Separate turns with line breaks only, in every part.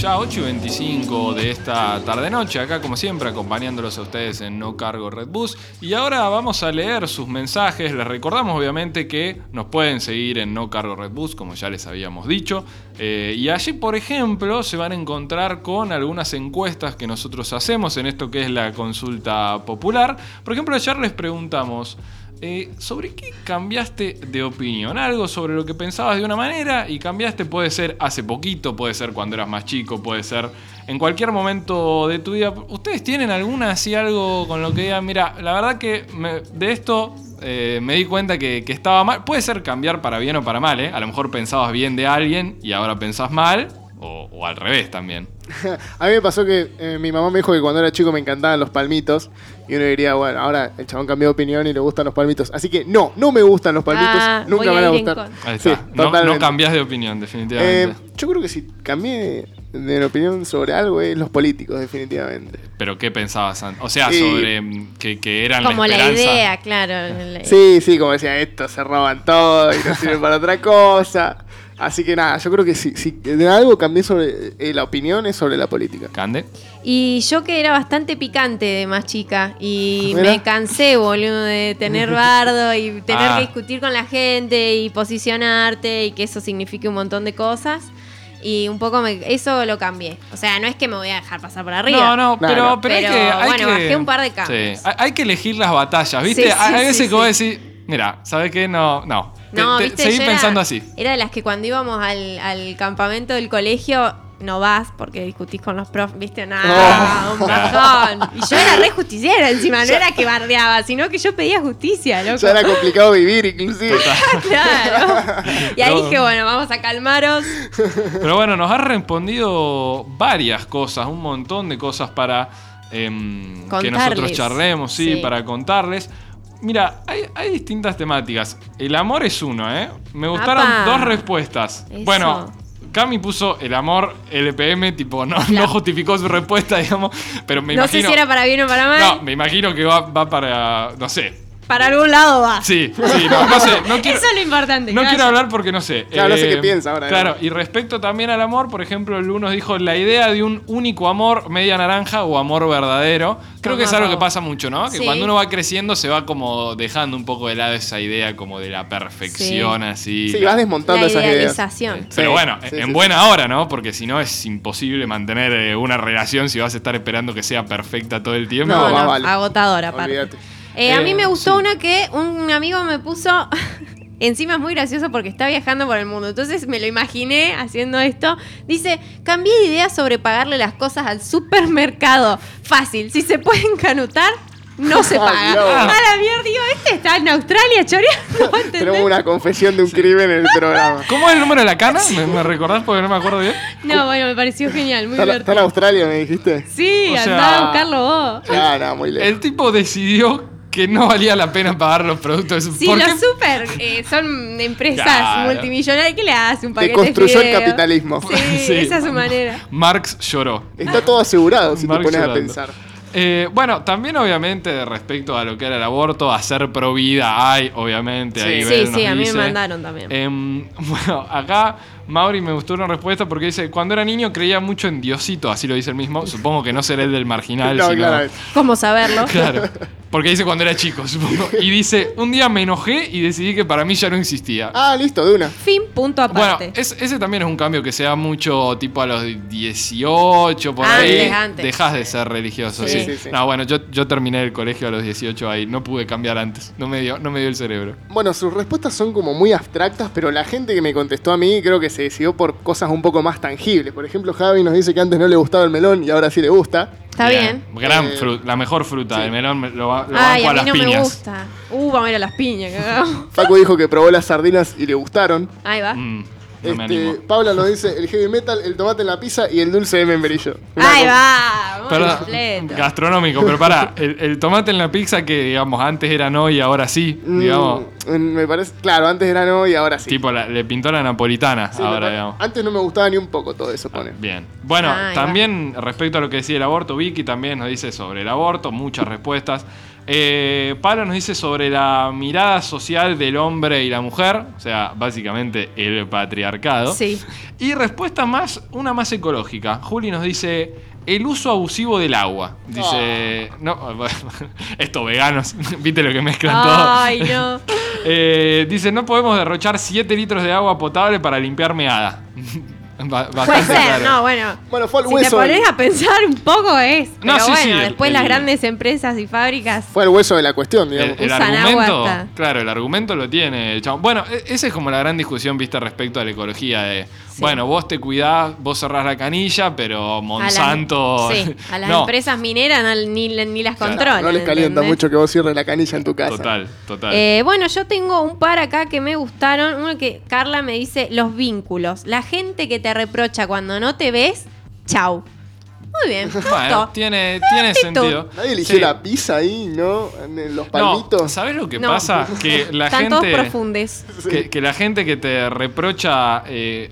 ya 8.25 de esta tarde-noche, acá como siempre acompañándolos a ustedes en No Cargo Red Bus. Y ahora vamos a leer sus mensajes, les recordamos obviamente que nos pueden seguir en No Cargo Red Bus, como ya les habíamos dicho. Eh, y allí, por ejemplo, se van a encontrar con algunas encuestas que nosotros hacemos en esto que es la consulta popular. Por ejemplo, ayer les preguntamos... Eh, ¿Sobre qué cambiaste de opinión? Algo sobre lo que pensabas de una manera y cambiaste puede ser hace poquito, puede ser cuando eras más chico, puede ser en cualquier momento de tu vida. ¿Ustedes tienen alguna así algo con lo que digan, mira, la verdad que me- de esto eh, me di cuenta que, que estaba mal? Puede ser cambiar para bien o para mal, ¿eh? A lo mejor pensabas bien de alguien y ahora pensás mal o, o al revés también.
A mí me pasó que eh, mi mamá me dijo que cuando era chico me encantaban los palmitos. Y uno diría, bueno, ahora el chabón cambió de opinión y le gustan los palmitos. Así que no, no me gustan los palmitos.
Ah, voy
nunca
a
me van a
ir en
gustar.
contra.
Ahí está.
Sí,
no, no
totalmente.
cambias de opinión,
Eh,
definitivamente.
yo creo que si cambié de, de opinión sobre algo es los políticos, definitivamente.
Pero ¿qué pensabas antes? O sea,
Y-
sobre mm, que, que eran
Como la
esperanza.
idea, claro. la-
Sí, sí, como decía, estos se roban todo y no sirven para otra cosa. Así que nada, yo creo que si, si de algo cambié sobre eh, la opinión es sobre la política.
Cande.
Y yo que era bastante picante de más chica y
Mira.
me cansé, boludo, de tener bardo y tener
Ah.
que discutir con la gente y posicionarte y que eso signifique un montón de cosas. Y un poco me- eso lo cambié. O sea, no es que me voy a dejar pasar por arriba.
No, no, pero,
no.
pero hay
Pero,
que. Hay
bueno,
que-
bajé un par de cambios.
Sí, hay, hay que elegir las batallas, ¿viste?
Sí, sí,
hay hay
sí,
veces
sí.
que vos decís, mira, ¿sabes qué? No, no. Te-
No,
te-
viste,
seguí
yo era-
pensando así.
Era de las que cuando íbamos al, al campamento del colegio no vas porque discutís con los profes, viste, nada,
Oh.
un bajón. Y yo era re justiciera encima, no era que bardeaba, sino que yo pedía justicia, loco.
Ya era complicado vivir, inclusive.
Claro. Y ahí
No.
dije, bueno, vamos a calmaros.
Pero bueno, nos ha respondido varias cosas, un montón de cosas para em, que
Contarles.
nosotros charlemos, sí,
Sí.
para contarles. Mira, hay, hay distintas temáticas. El amor es uno, ¿eh? Me gustaron
Apa.
dos respuestas.
Eso.
Bueno, Cami puso el amor LPM, tipo, no, no justificó su respuesta, digamos, pero me
no
imagino...
sé si era para bien o para mal.
No, me imagino que va, va para. No sé.
Para algún lado va.
Sí, sí, no, no sé. No quiero,
Eso es lo importante.
no
que
quiero
vaya.
hablar porque no sé. eh,
Claro, no sé qué piensa ahora,
Claro,
¿no?
y respecto también al amor, por ejemplo, Lu nos dijo la idea de un único amor, media naranja o amor verdadero. Creo que es algo que pasa mucho, ¿no? Que
Sí.
cuando uno va creciendo se va como dejando un poco de lado esa idea como de la perfección, así.
Sí, vas desmontando
La
esas ideas.
idealización.
Pero
Sí,
bueno,
sí,
en
sí,
buena hora, ¿no? Porque si no es imposible mantener eh, una relación si vas a estar esperando que sea perfecta todo el tiempo.
No,
No,
va,
no,
vale.
agotadora aparte.
Olvídate.
Eh, a mí
Eh,
me gustó
sí.
una que un amigo me puso. Encima es muy gracioso porque está viajando por el mundo. Entonces me lo imaginé haciendo esto. Dice, cambié de idea sobre pagarle las cosas al supermercado. Fácil, si se pueden canutar, no se
Ah,
paga.
no.
A la mierda, digo, este está en Australia choreando. ¿entendés?
Tenemos una confesión de un crimen en el programa.
¿Cómo es el número de la cana? ¿Me, me recordás? Porque no me acuerdo bien.
No, bueno, me pareció genial, muy
¿Está, está en
divertido.
Australia, me dijiste?
Sí,
O sea-
andá a buscarlo vos.
No, no, muy lejos.
El tipo decidió que no valía la pena pagar los productos.
Sí,
¿Por
los
qué?
super eh, son empresas
Claro.
multimillonarias que le hace un paquete
Deconstruyó
de
el
fideos?
capitalismo.
Sí,
Sí.
esa es su manera.
Marx lloró.
Está todo asegurado si
Marx
te pones
llorando.
a pensar.
Eh, bueno, también obviamente respecto a lo que era el aborto, a ser pro vida hay, obviamente.
Sí.
ahí
Sí,
Bel
sí,
nos
a mí me
dice.
mandaron también.
Em, bueno, acá Mauri me gustó una respuesta porque dice, cuando era niño creía mucho en Diosito, así lo dice el mismo. Supongo que no será el del marginal.
No,
sino-
claro.
¿Cómo saberlo?
Claro. Porque dice cuando era chico, supongo. Y dice, un día me enojé y decidí que para mí ya no existía.
Ah, listo, de una.
Fin, punto aparte.
Bueno, es- ese también es un cambio que se da mucho tipo a los 18, por
Antes,
ahí.
antes.
Dejas de ser religioso, sí.
Sí, sí, sí.
No, bueno, yo, yo terminé el colegio a los 18 ahí. No pude cambiar antes. No me dio, no me dio el cerebro.
Bueno, sus respuestas son como muy abstractas, pero la gente que me contestó a mí creo que se decidió por cosas un poco más tangibles. Por ejemplo, Javi nos dice que antes no le gustaba el melón y ahora sí le gusta.
Está bien.
Gran
Eh,
fruta, la mejor fruta. El melón me- lo, ba- lo
Ay,
banco
a
a las
mí no me
piñas.
gusta. Uh, vamos a ir a las piñas. cagamos.
Facu dijo que probó las sardinas y le gustaron.
Ahí va.
Mm, no me
Este,
animo.
Paula nos dice el heavy metal, el tomate en la pizza y el dulce de membrillo. Una
Ahí
cosa-
va. Muy
Perdón,
completo.
gastronómico, pero pará, el, el tomate en la pizza que, digamos, antes era no y ahora sí,
Mm,
digamos,
mm, me parece, claro, antes era no y ahora sí.
tipo, la- le pintó la napolitana,
Sí, me
ahora,
pare-
digamos.
Antes no me gustaba ni un poco todo eso, pone.
Bien. Bueno,
Ah, ahí
también respecto a lo que decía el aborto, Vicky también nos dice sobre el aborto, muchas respuestas. Eh, Pablo nos dice sobre la mirada social del hombre y la mujer, o sea, básicamente el patriarcado.
Sí.
Y respuesta más, una más ecológica. Juli nos dice el uso abusivo del agua. Dice,
Ah.
no, estos veganos, viste lo que mezclan
Ay,
todo.
no.
Eh, dice, no podemos derrochar 7 litros de agua potable para limpiar meada. Ba-
Puede
bastante
ser,
claro.
no, bueno.
Bueno, fue al
si
hueso. eh.
te pones a pensar un poco es.
No,
Pero
sí, sí,
bueno,
el-
después
el-
las grandes empresas y fábricas.
Fue el hueso de la cuestión, digamos.
El, el
Usan agua
argumento,
hasta-
claro, el argumento lo tiene el chabón. Bueno, e- esa es como la gran discusión vista respecto a la ecología de, bueno, vos te cuidás, vos cerrás la canilla, pero
a las-
Monsanto...
sí, a las
No,
empresas mineras no- ni, ni las
Claro.
controlan.
no les calienta
¿entendés?
mucho que vos cierres la canilla en tu casa.
Total, total.
Eh, bueno, yo tengo un par acá que me gustaron. Uno que Carla me dice, los vínculos. La gente que te reprocha cuando no te ves, chau. Muy bien. me
bueno,
gustó.
tiene, tiene
Perfecto.
sentido.
Nadie eligió
Sí.
la pizza ahí, ¿no? En los
No,
palmitos.
¿sabes lo que
No.
pasa? Que la
Están
gente...
todos profundes.
que, que la gente que te reprocha eh,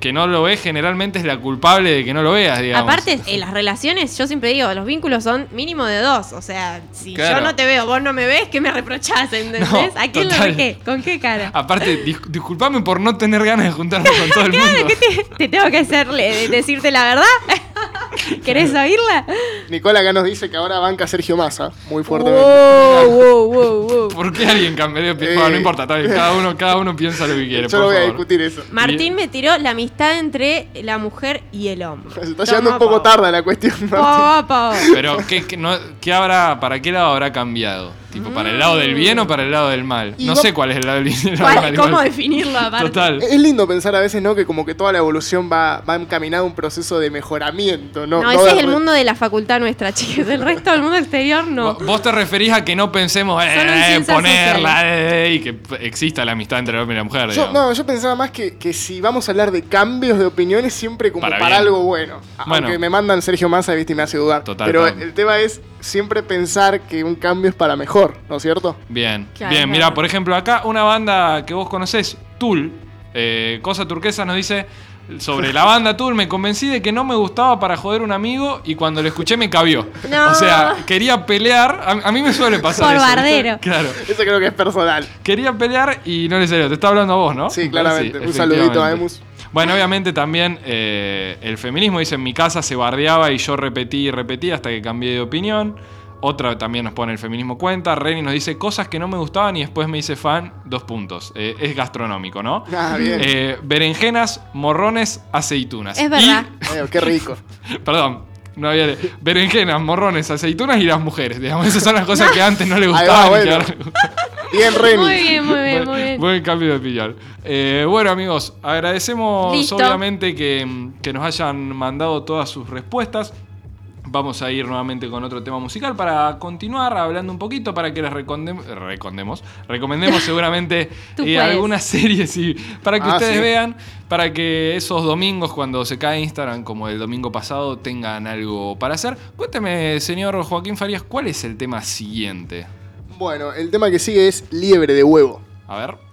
que no lo ve generalmente es la culpable de que no lo veas, digamos.
Aparte, en las relaciones, yo siempre digo, los vínculos son mínimo de dos. O sea, si
Claro.
yo no te veo, vos no me ves, ¿qué me reprochás? ¿Entendés?
No,
¿A quién
total. Ah.
lo qué? ¿Con qué cara?
Aparte, dis- disculpame por no tener ganas de juntarme con todo el mundo.
Claro, ¿qué te, te tengo que hacerle? ¿Decirte la verdad? ¿Querés oírla?
Nicola acá nos dice que ahora banca Sergio Massa,
Oh.
muy fuertemente.
Wow, wow, wow, wow.
¿Por qué alguien cambiaría? de opinión?
Eh.
Bueno, no importa, está bien, Cada uno, cada uno piensa lo que quiere.
Yo
por
no voy a
favor.
discutir eso.
Martín me tiró la amistad entre la mujer y el hombre.
Se está llegando un poco tarde a la cuestión, Martín.
Po, po.
Pero, ¿qué, qué no- qué habrá, ¿para qué lado habrá cambiado? ¿Tipo, para el lado del bien o para el lado del mal?
Y
No
vos- Eh,
sé cuál es el lado del bien. y el lado del
¿Cuál-
mal,
¿Cómo
igual.
definirlo aparte?
Total.
Es lindo pensar a veces, ¿no? Que como que toda la evolución va, va encaminada a un proceso de mejoramiento, ¿no?
No, ese
de
es el
re-
mundo de la facultad nuestra, chicos. El resto del mundo exterior no.
Vo- Vos te referís a que no pensemos eh,
Solo en
eh,
ciencias
ponerla eh, y que p- exista la amistad entre el hombre y la mujer.
Yo,
digamos.
no, yo pensaba más que, que si vamos a hablar de cambios de opiniones, siempre como
Para
para,
bien.
algo bueno.
Bueno.
Aunque me mandan Sergio Massa, viste, y me hace dudar.
Total,
Pero
total.
el tema es siempre pensar que un cambio es para mejor, ¿no es cierto?
Bien,
Claro,
bien.
claro.
Mira, por ejemplo, acá una banda que vos conocés, Tool, eh, Cosa Turquesa nos dice sobre la banda Tool, me convencí de que no me gustaba para joder un amigo y cuando lo escuché me cabió.
No.
O sea, quería pelear, a, a mí me suele pasar
Por
eso, ¿viste?
bardero.
Claro.
Eso creo que es personal.
Quería pelear y no le salió. Te está hablando a vos, ¿no?
Sí, claramente. Un saludito
efectivamente.
a Emus.
Bueno, obviamente también eh, el feminismo dice: en mi casa se bardeaba y yo repetí y repetí hasta que cambié de opinión. Otra también nos pone el feminismo cuenta. Reni nos dice cosas que no me gustaban y después me hice fan. Dos puntos. Eh, es gastronómico, ¿no?
Ah, bien.
Eh, berenjenas, morrones, aceitunas.
Es verdad.
Eh, qué rico.
Y- perdón, no había. le- Berenjenas, morrones, aceitunas y las mujeres. Digamos, esas son las cosas que antes no le
Ahí va,
gustaban. y que
bueno.
ahora le gustan.
Bien,
Muy
Remy.
bien, muy bien, muy bien.
Buen cambio de opinión. Eh, bueno, amigos, agradecemos
Listo.
obviamente que, mm, que nos hayan mandado todas sus respuestas. Vamos a ir nuevamente con otro tema musical para continuar hablando un poquito, para que les recondem- recondemos, recomendemos seguramente
Tú
eh,
puedes.
algunas series y para que
Ah,
ustedes
sí.
vean, para que esos domingos cuando se cae Instagram, como el domingo pasado, tengan algo para hacer. Cuénteme, señor Joaquín Farías, ¿cuál es el tema siguiente?
Bueno, el tema que sigue es liebre de huevo.
A ver.